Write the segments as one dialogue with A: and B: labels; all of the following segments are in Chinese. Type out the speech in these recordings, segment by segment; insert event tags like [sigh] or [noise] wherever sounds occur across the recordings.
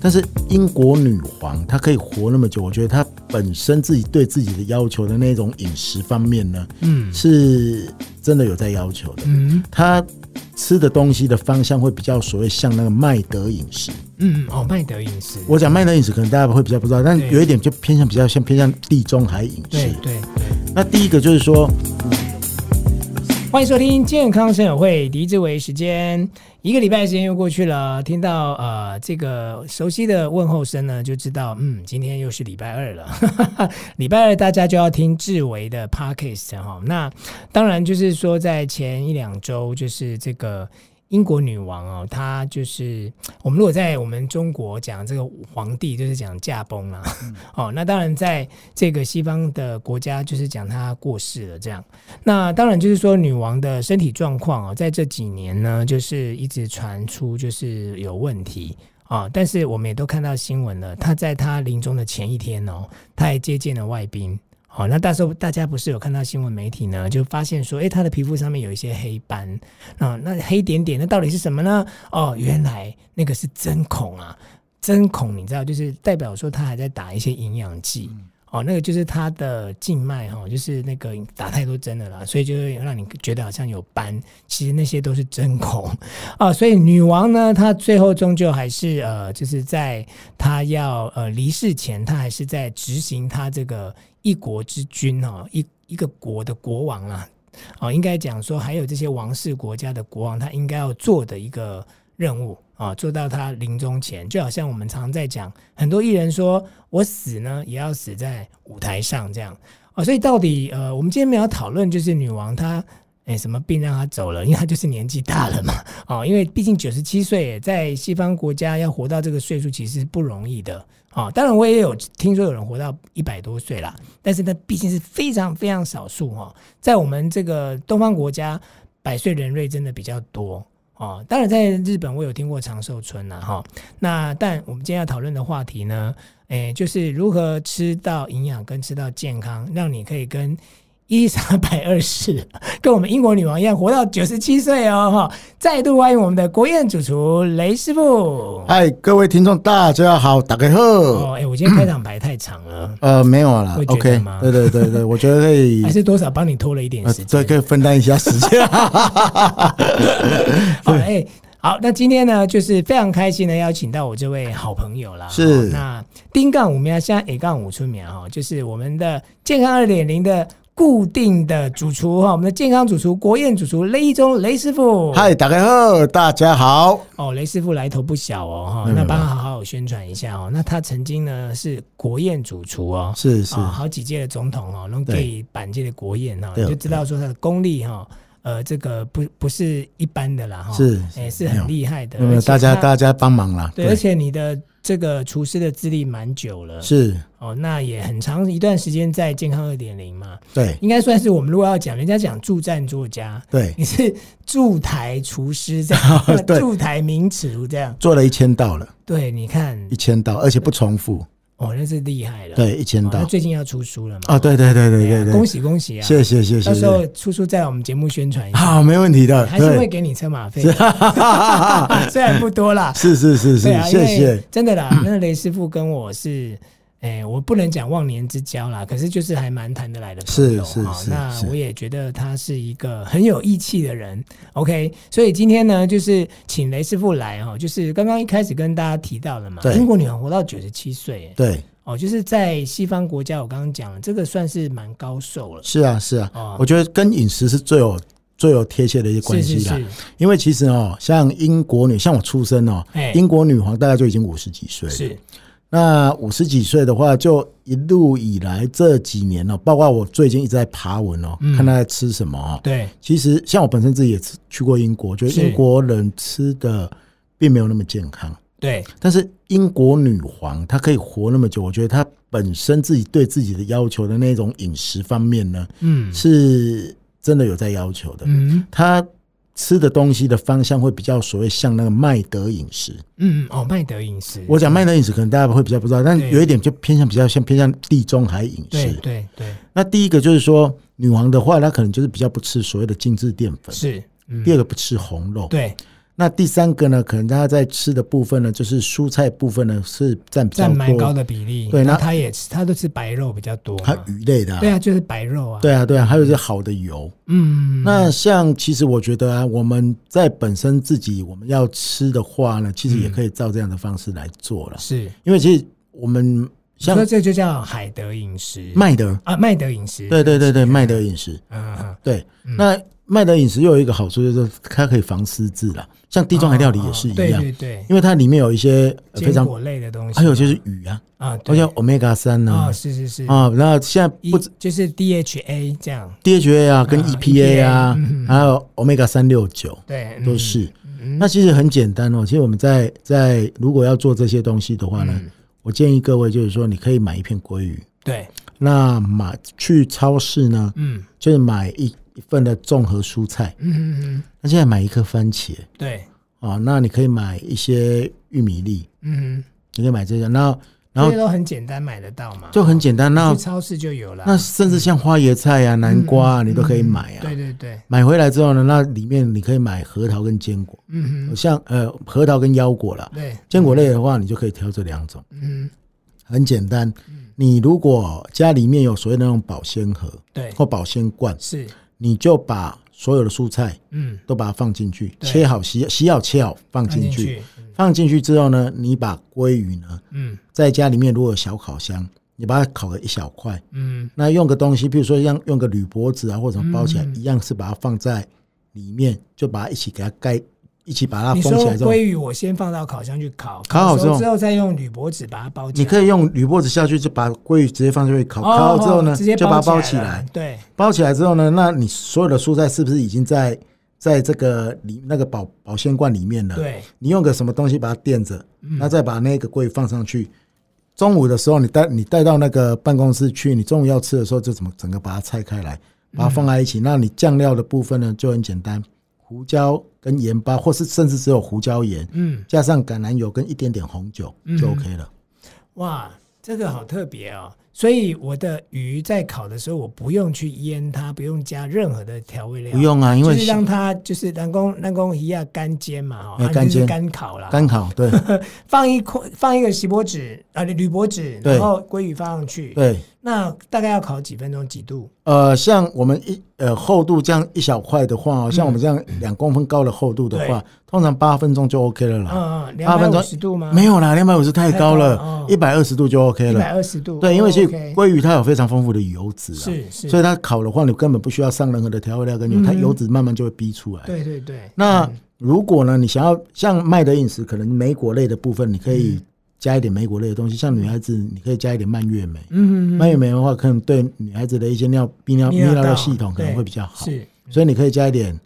A: 但是英国女皇她可以活那么久，我觉得她本身自己对自己的要求的那种饮食方面呢，
B: 嗯
A: 是真的有在要求的。
B: 嗯
A: 她吃的东西的方向会比较所谓像那个麦德饮食。
B: 嗯，哦，麦德饮食，
A: 我讲麦德饮食可能大家会比较不知道，但
B: 对
A: 有一点就偏向比较像偏向地中海饮食
B: 对。对
A: 那第一个就是说，
B: 欢迎收听健康生友会狄志伟时间。一个礼拜时间又过去了，听到呃这个熟悉的问候声呢，就知道嗯，今天又是礼拜二了。 [laughs] 礼拜二大家就要听志伟的 podcast 哈、那当然就是说，在前一两周，就是这个英国女王哦，她就是我们如果在我们中国讲这个皇帝，就是讲驾崩啦、 [laughs] 哦，那当然在这个西方的国家，就是讲她过世了这样。那当然就是说，女王的身体状况啊，在这几年呢，就是一直传出就是有问题啊。但是我们也都看到新闻了，她在她临终的前一天哦，她还接见了外宾。好，那到时候大家不是有看到新闻媒体呢，就发现说，诶，她的皮肤上面有一些黑斑啊，那黑点点，那到底是什么呢？哦，原来那个是针孔啊，针孔，你知道，就是代表说她还在打一些营养剂。哦，那个就是它的静脉哈、哦，就是那个打太多针了啦，所以就会让你觉得好像有斑，其实那些都是针孔啊。所以女王呢，她最后终究还是呃，就是在她要呃离世前，她还是在执行她这个一国之君哦，一一个国的国王啦、哦，应该讲说还有这些王室国家的国王，他应该要做的一个任务啊，做到他临终前，就好像我们常在讲，很多艺人说我死呢也要死在舞台上这样啊，所以到底呃，我们今天没有讨论就是女王她。哎，什么病让她走了？因为她就是年纪大了嘛，哦，因为毕竟九十七岁，在西方国家要活到这个岁数其实是不容易的哦。当然，我也有听说有人活到一百多岁啦，但是那毕竟是非常非常少数哈、哦。在我们这个东方国家，百岁人瑞真的比较多哦。当然，在日本我有听过长寿村呐、哈、那但我们今天要讨论的话题呢，诶，就是如何吃到营养跟吃到健康，让你可以跟伊丽莎白二世 [laughs] 跟我们英国女王一样活到九十七岁哦哈、再度欢迎我们的国宴主厨雷师傅。
A: 嗨，哎各位听众大家好，打开后，
B: 哦，哎，我今天开场白太长了，
A: 呃，没有啦
B: 会觉得
A: ，OK，
B: 吗
A: 对对对对，我觉得可以
B: [laughs] 还，是多少帮你拖了一点
A: 呃
B: 时，间
A: 对，。可以分担一下时
B: [laughs]
A: 间。
B: 好，哎、好，那今天呢，就是非常开心的邀请到我这位好朋友啦。
A: 是
B: 哦那丁杠五苗现在 A 杠五出苗哈，就是我们的健康二点零的固定的主厨哈，我们的健康主厨国宴主厨雷一中雷师傅。
A: 嗨，打开后，大家好，
B: 哦，雷师傅来头不小哦哈，
A: 没有
B: 那帮他好好宣传一下哦。那他曾经呢是国宴主厨哦，
A: 是是
B: 啊、，好几届的总统哦，能
A: 对
B: 给板界的国宴哈、
A: 对
B: 你就知道说他的功力哈、呃，这个不不是一般的啦哈、
A: 是
B: 哎、
A: 是
B: 是
A: 没
B: 很
A: 有
B: 厉害的，
A: 那么
B: 而且
A: 大家
B: 他
A: 大家帮忙啦，
B: 对，而且你的这个厨师的资历蛮久了，
A: 是，
B: 哦，那也很长一段时间在健康二点零嘛，
A: 对
B: 应该算是我们如果要讲，人家讲助战作家， [laughs]
A: 对，
B: 你是驻台厨师这
A: [laughs]
B: 样，
A: 哦对
B: 驻台名厨这样，
A: 做了一千道了，
B: 对，你看
A: 一，千道，而且不重复，
B: 哦，那是厉害了，
A: 对，一千
B: 哦，
A: 道
B: 那，最近要出书了嘛，
A: 啊，对对对对对
B: 啊恭
A: 对，
B: 喜恭喜啊，
A: 谢谢谢谢
B: 到时
A: 谢
B: 候，出书在我们节目宣传
A: [laughs]
B: 一下，
A: 好，没问题的，
B: 还是会
A: 对，
B: 给你车马费， [laughs] 虽然不多啦。
A: 是是 [laughs] 是
B: 对
A: 是，
B: 啊，因
A: 谢
B: 为
A: 谢，
B: 真的啦，
A: [laughs]
B: 那雷师傅跟我是，哎、我不能讲忘年之交啦，可是就是还蛮谈得来的朋友
A: 是是
B: 啊
A: 是
B: 那
A: 是
B: 我也觉得他是一个很有义气的人。OK，所以今天呢，就是请雷师傅来哦，就是刚刚一开始跟大家提到了嘛，
A: 对
B: 英国女王活到九十七岁，哎
A: 对，
B: 哦，就是在西方国家，我刚刚讲了，这个算是蛮高寿了。
A: 是啊是啊，
B: 哦，
A: 我觉得跟饮食是最有最有贴切的一些关
B: 是是
A: 系啦。
B: 是，
A: 因为其实哦，像英国女，像我出生哦
B: 哎，
A: 英国女皇大概就已经五十几岁了。
B: 是
A: 那五十几岁的话，就一路以来这几年哦，包括我最近一直在爬文哦，
B: 嗯
A: 看她在吃什么哦。
B: 对，
A: 其实像我本身自己也吃去过英国，觉得
B: 是
A: 英国人吃的并没有那么健康。
B: 对，
A: 但是英国女皇她可以活那么久，我觉得她本身自己对自己的要求的那种饮食方面呢，
B: 嗯
A: 是真的有在要求的。
B: 嗯
A: 她吃的东西的方向会比较所谓像那个麦德饮食。
B: 嗯，哦，麦德饮食，
A: 我讲麦德饮食，可能大家会比较不知道，但
B: 对
A: 有一点就偏向比较像偏向地中海饮
B: 对
A: 食。
B: 对对
A: 那第一个就是说，女王的话，她可能就是比较不吃所谓的精致淀粉；
B: 是，嗯
A: 第二个不吃红肉。
B: 对，
A: 那第三个呢，可能大家在吃的部分呢，就是蔬菜部分呢是占比较
B: 占蛮
A: 多，
B: 高的比例。
A: 对
B: 那
A: 那
B: 他也吃，他都吃白肉比较多嘛。
A: 还有鱼类的、啊
B: 对啊，就是白肉啊。，
A: 对啊，对啊，还有一些好的油。
B: 嗯，
A: 那像其实我觉得啊，我们在本身自己我们要吃的话呢，其实
B: 嗯
A: 也可以照这样的方式来做了，
B: 是，
A: 因为其实我们像
B: 所以这就叫海德饮食。
A: 麦德，
B: 啊，麦德饮食。
A: 对对对对，麦德饮食，
B: 嗯，嗯，
A: 对，那麦德饮食又有一个好处就是它可以防失智啦，像地中海料理也是一
B: 哦对
A: 样，
B: 对对，
A: 因为它里面有一些呃非
B: 坚
A: 常，
B: 果类的东西。
A: 还有就是鱼啊，
B: 啊，
A: 而
B: 对
A: 且 omega 三
B: 啊，
A: 呐
B: 是是是
A: 啊，那现在
B: 一
A: 不止
B: 就是 DHA 这样，
A: DHA 啊，跟
B: 啊
A: EPA 啊
B: EPA，嗯，
A: 还有 omega 三六九
B: 对，嗯
A: 都是。
B: 嗯
A: 那其实很简单哦，其实我们在在如果要做这些东西的话呢，
B: 嗯
A: 我建议各位就是说，你可以买一片鲑鱼，
B: 对，
A: 那买去超市呢，
B: 嗯
A: 就是买一一份的综合蔬菜，
B: 嗯嗯嗯，
A: 那现在买一颗番茄
B: 对，
A: 啊、哦，那你可以买一些玉米粒，
B: 嗯，
A: 你可以买这些，那然
B: 这
A: 后
B: 些都很简单买得到嘛，
A: 就很简单，那
B: 去超市就有了。
A: 那甚至像花椰菜啊、南瓜啊，你都可以买
B: 嗯
A: 啊。
B: 对对对，
A: 买回来之后呢，那里面你可以买核桃跟坚果，
B: 嗯哼，
A: 像呃核桃跟腰果啦，
B: 对，
A: 坚果类的话，你就可以挑这两种。
B: 嗯哼，
A: 很简单，你如果家里面有所谓的那种保鲜盒
B: 对，
A: 或保鲜罐，
B: 是，
A: 你就把所有的蔬菜
B: 嗯，
A: 都把它放进去，
B: 对
A: 切好洗洗好切好放
B: 放进
A: 进去，
B: 去，
A: 放进去之后呢，你把鲑鱼呢，
B: 嗯
A: 在家里面如果有小烤箱，你把它烤个一小块，
B: 嗯，
A: 那用个东西，譬如说像用个铝箔纸啊或者什么包起来，
B: 嗯
A: 一样是把它放在里面，就把它一起给它盖，一起把它
B: 你
A: 封
B: 说
A: 起来之后
B: 鲑。鱼我先放到烤箱去烤，
A: 烤好之
B: 熟
A: 后
B: 之后再用铝箔纸把它包起
A: 你
B: 来。
A: 可以用铝箔纸下去，就把鲑鱼直接放进去烤，
B: 哦
A: 烤好之后呢，
B: 直接
A: 就把它包
B: 起
A: 起来
B: 了。，对，
A: 包起来之后呢，那你所有的蔬菜是不是已经在在这个里那个保保鲜罐里面了？
B: 对，
A: 你用个什么东西把它垫着，
B: 嗯
A: 那再把那个柜放上去。中午的时候你带你带到那个办公室去，你中午要吃的时候就怎么整个把它拆开来，把它放在一
B: 嗯
A: 起。那你酱料的部分呢就很简单，胡椒跟盐巴，或是甚至只有胡椒盐，
B: 嗯，
A: 加上橄榄油跟一点点红酒就 OK 了。
B: 哇，这个好特别哦。所以我的鱼在烤的时候，我不用去腌它，不用加任何的调味料，
A: 不用啊，因为
B: 就是让它就是南宫南宫一样啊干煎嘛，哈、
A: 哎
B: 啊，
A: 干
B: 就是
A: 煎
B: 干烤啦。
A: 刚好对
B: [laughs] 放一块放一个锡箔纸啊，铝箔纸，
A: 对
B: 然后鲑鱼放上去。
A: 对。
B: 那大概要烤几分钟？几度？
A: 呃，像我们一呃厚度这样一小块的话哦，像我们这样
B: 嗯
A: 两公分高的厚度的话，通常八分钟就 OK 了啦。
B: 嗯嗯，两
A: 八
B: 百
A: 分
B: 五
A: 钟
B: 十度吗？
A: 没有啦，两百五十太高
B: 太高
A: 了
B: 了哦，
A: 一百二十度哦就 OK
B: 一百
A: 了。
B: 二十度。哦
A: 对，因为其实
B: OK
A: 鲑鱼它有非常丰富的油脂啊，
B: 是是，
A: 所以它烤的话，你根本不需要上任何的调味料跟油，它油脂慢慢就会逼出来。
B: 对对对，
A: 嗯那如果呢，你想要像麦的饮食，可能莓果类的部分，你可以加一点莓果类的东西，像女孩子你可以加一点蔓越莓。
B: 嗯，
A: 蔓越莓的话，可能对女孩子的一些尿泌尿
B: 泌
A: 泌
B: 尿
A: 尿
B: 道
A: 道系统可能
B: 对
A: 会比较好。
B: 是，
A: 所以你可以加一点，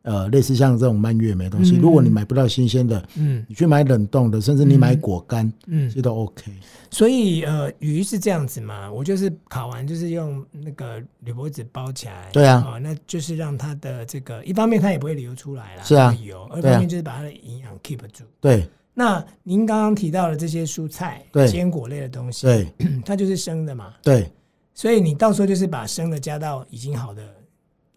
A: 呃，类似像这种蔓越莓的东西。
B: 嗯
A: 如果你买不到新鲜的，
B: 嗯
A: 你去买冷冻的，甚至你买果干，
B: 嗯
A: 这、，都 OK。
B: 所以呃，鱼是这样子嘛，我就是烤完就是用那个铝箔纸包起来，
A: 对啊
B: 哦，那就是让它的这个一方面它也不会流出来啦，
A: 是啊
B: 不会油，二
A: 对啊
B: 方面就是把它的营养 keep 住。
A: 对
B: 那您刚刚提到的这些蔬菜、
A: 对
B: 坚果类的东西，
A: 对
B: [clears throat] 它就是生的嘛，
A: 对，
B: 所以你到时候就是把生的加到已经好的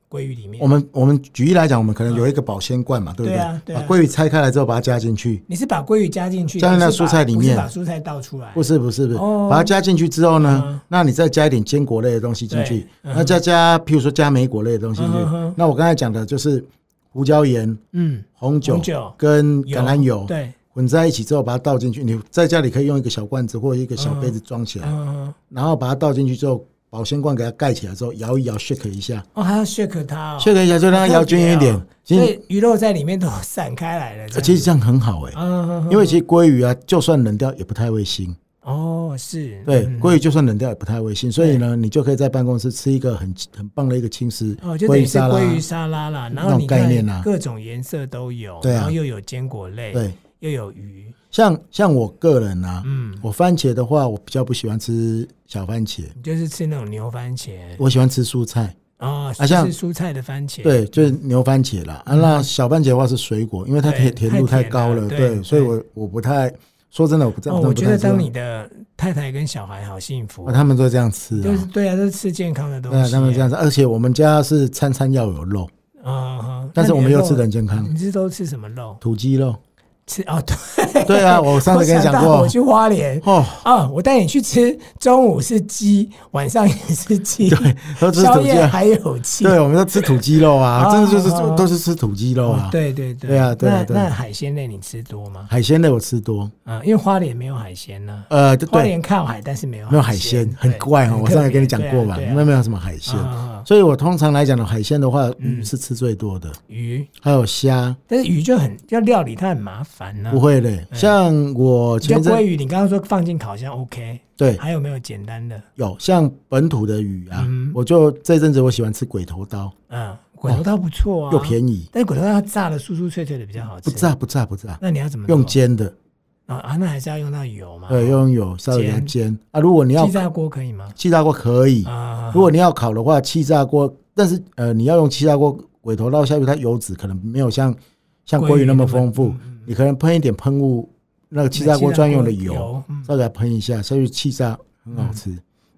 B: 鲑鱼里面
A: 我。们我们举例来讲，我们可能有一个保鲜罐嘛，对不
B: 对啊对啊
A: 把鲑鱼拆开来之后，把它加进去。
B: 你是把鲑鱼加进去，
A: 加进那
B: 不是把
A: 蔬菜里
B: 不是
A: 面
B: 把蔬菜倒出来，
A: 不是不是不是，
B: 哦
A: 把它加进去之后
B: 嗯
A: 呢，那你再加一点坚果类的东西进去
B: 对，
A: 那再加，譬如说加莓果类的东西
B: 嗯
A: 进去
B: 哼哼。
A: 那我刚才讲的就是胡椒盐、
B: 嗯，
A: 红酒
B: 红酒
A: 跟
B: 有
A: 橄榄油，
B: 对，
A: 混在一起之后，把它倒进去。你在家里可以用一个小罐子或一个小杯子装起来，
B: 嗯，
A: 然后把它倒进去之后，保鲜罐给它盖起来之后，摇一摇，shake 一下、
B: 哦，还要 shake 它哦哦
A: s h a k e 一下就让它摇均匀一点。其
B: 所
A: 实
B: 以鱼肉在里面都 [laughs] 散开来了。这样
A: 其实这样很好哎、
B: 嗯，
A: 因为其实鲑鱼啊，就算冷掉也不太会腥。
B: 哦，是，
A: 对，
B: 嗯
A: 鲑鱼就算冷掉也不太会腥，所以呢，你就可以在办公室吃一个很很棒的一个轻食
B: 哦，就等
A: 鲑
B: 于
A: 鱼
B: 是
A: 沙拉。
B: 鲑鱼沙拉啦，然
A: 那
B: 后
A: 种
B: 你看
A: 概念啊
B: 各种颜色都有，
A: 对啊
B: 然后又有坚果类，
A: 对，
B: 又有鱼，
A: 像像我个人啊，
B: 嗯，
A: 我番茄的话，我比较不喜欢吃小番茄，
B: 你就是吃那种牛番茄
A: 我喜欢吃蔬菜。
B: 啊，
A: 啊像
B: 是蔬菜的番茄，，
A: 对，就是牛番茄啦。啊，那小番茄的话是水果，因为
B: 嗯
A: 它
B: 对
A: 甜甜度
B: 太
A: 太
B: 甜
A: 高
B: 了
A: 了，
B: 对
A: 对，所以
B: 对
A: 我我不太说真的，我不这
B: 哦，
A: 样
B: 我
A: 不
B: 觉得
A: 太知道
B: 当你的太太跟小孩好幸福
A: 啊，，他们都这样吃
B: 就是
A: 啊，
B: 对啊，都是吃健康的东
A: 对啊，
B: 西，
A: 他们这样吃，而且我们家是餐餐要有肉，
B: 啊哈。
A: 但是
B: 那
A: 我
B: 你
A: 们
B: 的
A: 又
B: 肉嗯
A: 吃得很健康
B: 啊你是都吃什么肉？
A: 土鸡肉。
B: 吃哦，对 [laughs]
A: 对啊，我上次跟你
B: 我想
A: 讲
B: 到
A: 过
B: 我，去花莲
A: 哦，
B: 啊，我带你去吃，中午是鸡，晚上也是鸡，
A: 都吃
B: 宵
A: 土鸡
B: 夜
A: 肉，
B: 还有鸡。
A: 对，我们都吃土鸡肉啊，
B: 啊
A: 真的就是
B: 啊啊
A: 都是吃土鸡肉
B: 哦
A: 啊。
B: 对对对，
A: 对啊对啊
B: 那
A: 对啊
B: 那海鲜类你吃多吗？
A: 海鲜类我吃多，
B: 啊，因为花莲没有海鲜呢，
A: 呃，
B: 花
A: 对，
B: 莲靠海，但是没有
A: 没有海鲜，很
B: 对
A: 怪哈。
B: 很
A: 我
B: 特
A: 上次跟你
B: 别
A: 讲
B: 对啊
A: 过吧，
B: 对啊
A: 那没有什么海鲜
B: 啊啊啊，
A: 所以我通常来讲的海鲜的话，鱼是吃最多的，
B: 鱼，
A: 还有虾，
B: 但是鱼就很要料理，它很麻烦呢
A: 不。会嘞。像我
B: 就
A: 前
B: 鲑
A: 阵
B: 鱼，你刚刚说放进烤箱 OK，
A: 对
B: 还有没有简单的？
A: 有像本土的鱼啊
B: 嗯，
A: 我就这阵子我喜欢吃鬼头刀，
B: 嗯，鬼头刀不错啊，
A: 又便宜，
B: 但是鬼头刀它炸的酥酥脆脆的比较好吃。
A: 不炸不炸不炸，
B: 那你要怎么做
A: 用煎的，
B: 啊啊？那还是要用到油嘛？
A: 对，用油稍微给它
B: 啊煎
A: 煎啊。如果你要
B: 气炸锅可以吗？
A: 气炸锅可以，
B: 啊，
A: 如果你要烤的话，气炸锅，但是呃，你要用气炸锅尾头捞下去，它油脂可能没有像像
B: 鲑鱼
A: 鲑鱼那么
B: 那么
A: 丰富，你可能喷一点喷雾，那个气炸锅专用的
B: 气炸锅
A: 油
B: 油嗯，
A: 再给它喷一下下去气炸，很好吃。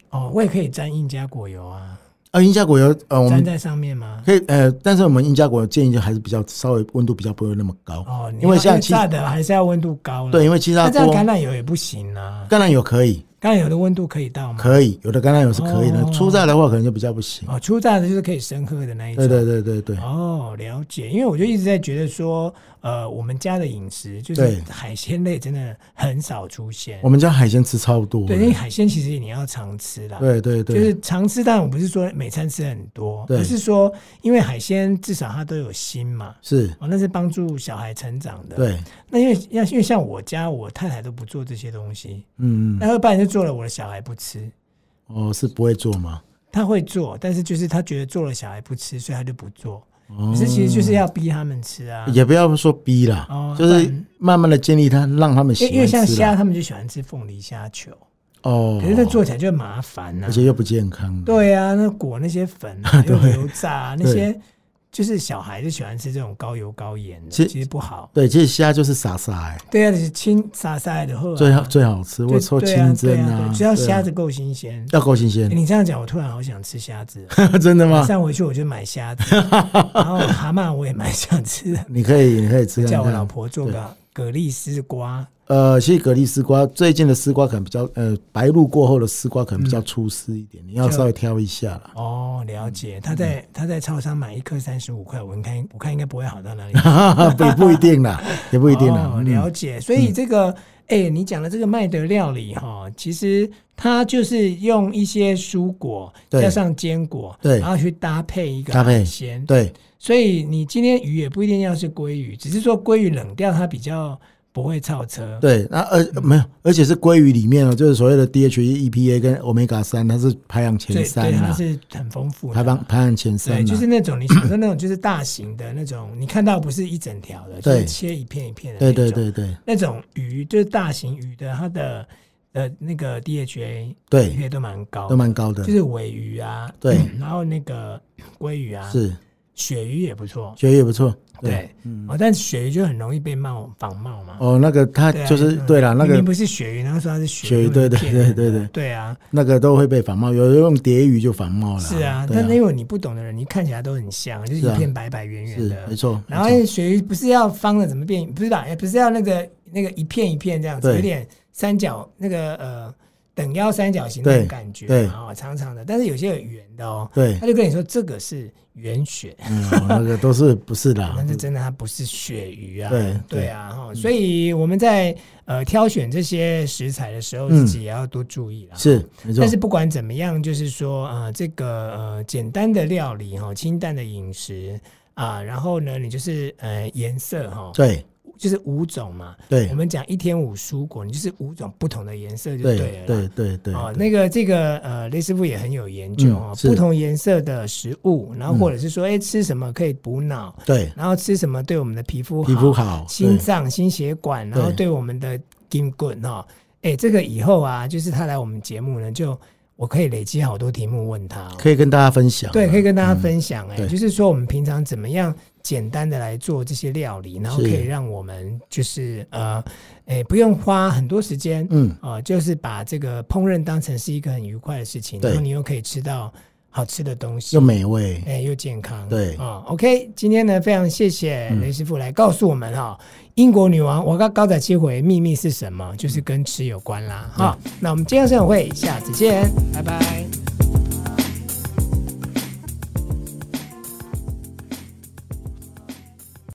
B: 哦，我也可以沾印加果油啊，
A: 啊，印加果油，呃，我
B: 沾
A: 们
B: 在上面吗？
A: 可以呃，但是我们印加果油建议就还是比较稍微温度比较不会那么高
B: 哦，你，
A: 因为
B: 要
A: 像
B: 因
A: 气
B: 炸的还是要温度高了。
A: 对，，因为气炸
B: 那这样
A: 锅
B: 橄榄油也不行啊，
A: 橄榄油可以
B: 橄榄油的温度可以到吗？
A: 可以，有的橄榄油是可以的
B: 哦，
A: 初榨的话可能就比较不行。
B: 哦，初榨的就是可以生喝的那一种。
A: 对对对对对，
B: 哦，了解，因为我就一直在觉得说，呃，我们家的饮食就是
A: 对哦
B: 海鲜类真的很少出现
A: 我。们家海鲜吃超多的，
B: 对，因为海鲜其实你要常吃啦。。
A: 对对
B: 就
A: 对，
B: 是常吃，但我不是说每餐吃很多，
A: 对
B: 而是说，因为海鲜至少它都有锌嘛，
A: 是，
B: 哦，那是帮助小孩成长的。，
A: 对，
B: 那因为要因为像我家我太太都不做这些东西，
A: 嗯嗯。
B: 那要不然就做了我的小孩不吃，
A: 哦，是不会做吗？
B: 她会做，但是就是她觉得做了小孩不吃，所以她就不做。
A: 哦
B: 可是其实就是要逼他们吃啊，
A: 也不要说逼啦，
B: 哦
A: 就是慢慢的建立他，让他们喜
B: 因为
A: 欢吃
B: 因为像虾
A: 啦
B: 他们就喜欢吃凤梨虾球，
A: 哦，
B: 可是那做起来就麻烦啊呐、
A: 而且又不健康。，
B: 对啊，那裹那些粉、
A: [laughs]
B: 啊、又油炸、啊、那些，就是小孩就喜欢吃这种高油高盐的，
A: 其
B: 其实不好。
A: 对，其实虾就是傻傻哎、
B: 对啊，就是清沙沙的喝、啊，
A: 最好最好吃，
B: 就
A: 或者说
B: 对啊
A: 清蒸
B: 对啊对只要
A: 对啊
B: 虾子够新鲜。
A: 要够新
B: 诶
A: 鲜， [laughs]
B: 你这样讲，我突然好想吃虾子了。
A: 真的 [laughs]
B: 晚
A: 吗？
B: 上回去我就买虾
A: [laughs]
B: 子，然后蛤蟆我也蛮想吃的，
A: 你可以，你可以吃
B: 叫我
A: 看
B: 老
A: 看。
B: 婆做个蛤蜊丝瓜。
A: 呃，其实蛤蜊丝瓜最近的丝瓜可能比较，呃，白露过后的丝瓜可能比较粗丝一点，你要
B: 嗯就
A: 稍微挑一下啦。
B: 哦，了
A: 嗯
B: 解。他在他在超商买一颗三十五块，我应该我看应该不会好到哪里去。
A: 也 [laughs] 不一
B: [laughs]
A: 定啦，也不一定啦。
B: 哦，
A: 嗯
B: 了解。所以这个，哎、你讲的这个麦德料理哈，其实它就是用一些蔬果
A: 对
B: 加上坚果，
A: 对
B: 然后去搭配一个
A: 搭配
B: 海鲜。，
A: 对，
B: 所以你今天鱼也不一定要是鲑鱼，只是说鲑鱼冷掉它比较不会超车。
A: 对，那而没有，而且是鲑鱼里面哦，就是所谓的 E DHA、EPA 跟 omega 三，它是排行前
B: 对
A: 三
B: 对，它
A: 啊，
B: 是很丰富的。
A: 排行排行前三
B: 对，
A: 啊，
B: 就是那种你想说那种就是大型的那种，你看到不是一整条的，就是
A: 对
B: 切一片一片的那
A: 对
B: 种。
A: 对对对
B: 那种鱼就是大型鱼的，它的呃那个 DHA
A: 对
B: DHA 都蛮高的，
A: 都蛮高的
B: 就，是尾鱼啊，
A: 对
B: 嗯 [clears throat] 然后那个鲑鱼啊，
A: 是
B: 鳕鱼也不错，
A: 鳕鱼也不错，对嗯
B: 对，哦，但是鳕鱼就很容易被冒仿冒嘛，
A: 哦，那个它
B: 对啊
A: 就是
B: 嗯
A: 对了，那
B: 明明
A: 个
B: 不是鳕鱼，然后说它是
A: 鳕
B: 鳕
A: 鱼
B: 鱼，
A: 对对
B: 骗人的
A: 对对对
B: 对啊，
A: 那个都会被仿冒，有人用蝶鱼就仿冒了，
B: 是啊，
A: 对
B: 但
A: 啊
B: 因为你不懂的人，你看起来都很像，就是
A: 是啊
B: 一片白白圆圆
A: 是没
B: 的，
A: 错，
B: 然后哎
A: 没错
B: 鳕鱼不是要方的，怎么变？不是吧？也不是要那个那个一片一片这样子，
A: 对
B: 有点三角那个呃等腰三角形那种
A: 对
B: 感觉，
A: 对
B: 啊、长长的。但是有些有圆的哦，
A: 对
B: 他， [laughs] 就跟你说这个是圆鳕，
A: 嗯，哦那个都是不是的，
B: 但是真的它不是鳕鱼啊，
A: 啊嗯对对
B: 对啊，哈。所以我们在呃挑选这些食材的时候，自己也要多注意啦。
A: 嗯是没错
B: 但，是不管怎么样，就是说，呃，这个呃简单的料理哈，清淡的饮食啊，然后呢，你就是呃颜色哈，
A: 对
B: 就是五种嘛。
A: 对
B: 我们讲一天五蔬果，你就是五种不同的颜色就
A: 对
B: 了啦。
A: 对对对，
B: 哦，
A: 对
B: 那个这个呃，雷师傅也很有研究
A: 嗯
B: 哦，
A: 是嗯
B: 不同颜色的食物，然后或者是说，哎、吃什么可以补脑，
A: 对
B: 然后吃什么对我们的皮肤好，
A: 皮肤好，
B: 心
A: 对
B: 脏、心血管，然后
A: 对
B: 对我们的筋骨哈，哎、这个以后啊，就是他来我们节目呢，就我可以累积好多题目问他、哦，
A: 可以跟大家分享，
B: 对，可以跟大家分享、哎、
A: 对
B: 就是说我们平常怎么样简单的来做这些料理，然后可
A: 是
B: 以让我们就是呃，哎、不用花很多时间，
A: 嗯
B: 哦呃，就是把这个烹饪当成是一个很愉快的事情，
A: 对
B: 然后你又可以吃到好吃的东西
A: 又，美味。
B: 哎，又健康。
A: 对嗯
B: 啊、o k 今天呢，非常谢谢雷师傅来告诉我们哈、英国女王我刚高仔七回
A: 嗯
B: 秘密是什么？就是跟吃有关啦。哈、那我们健康生活会下次见，拜拜。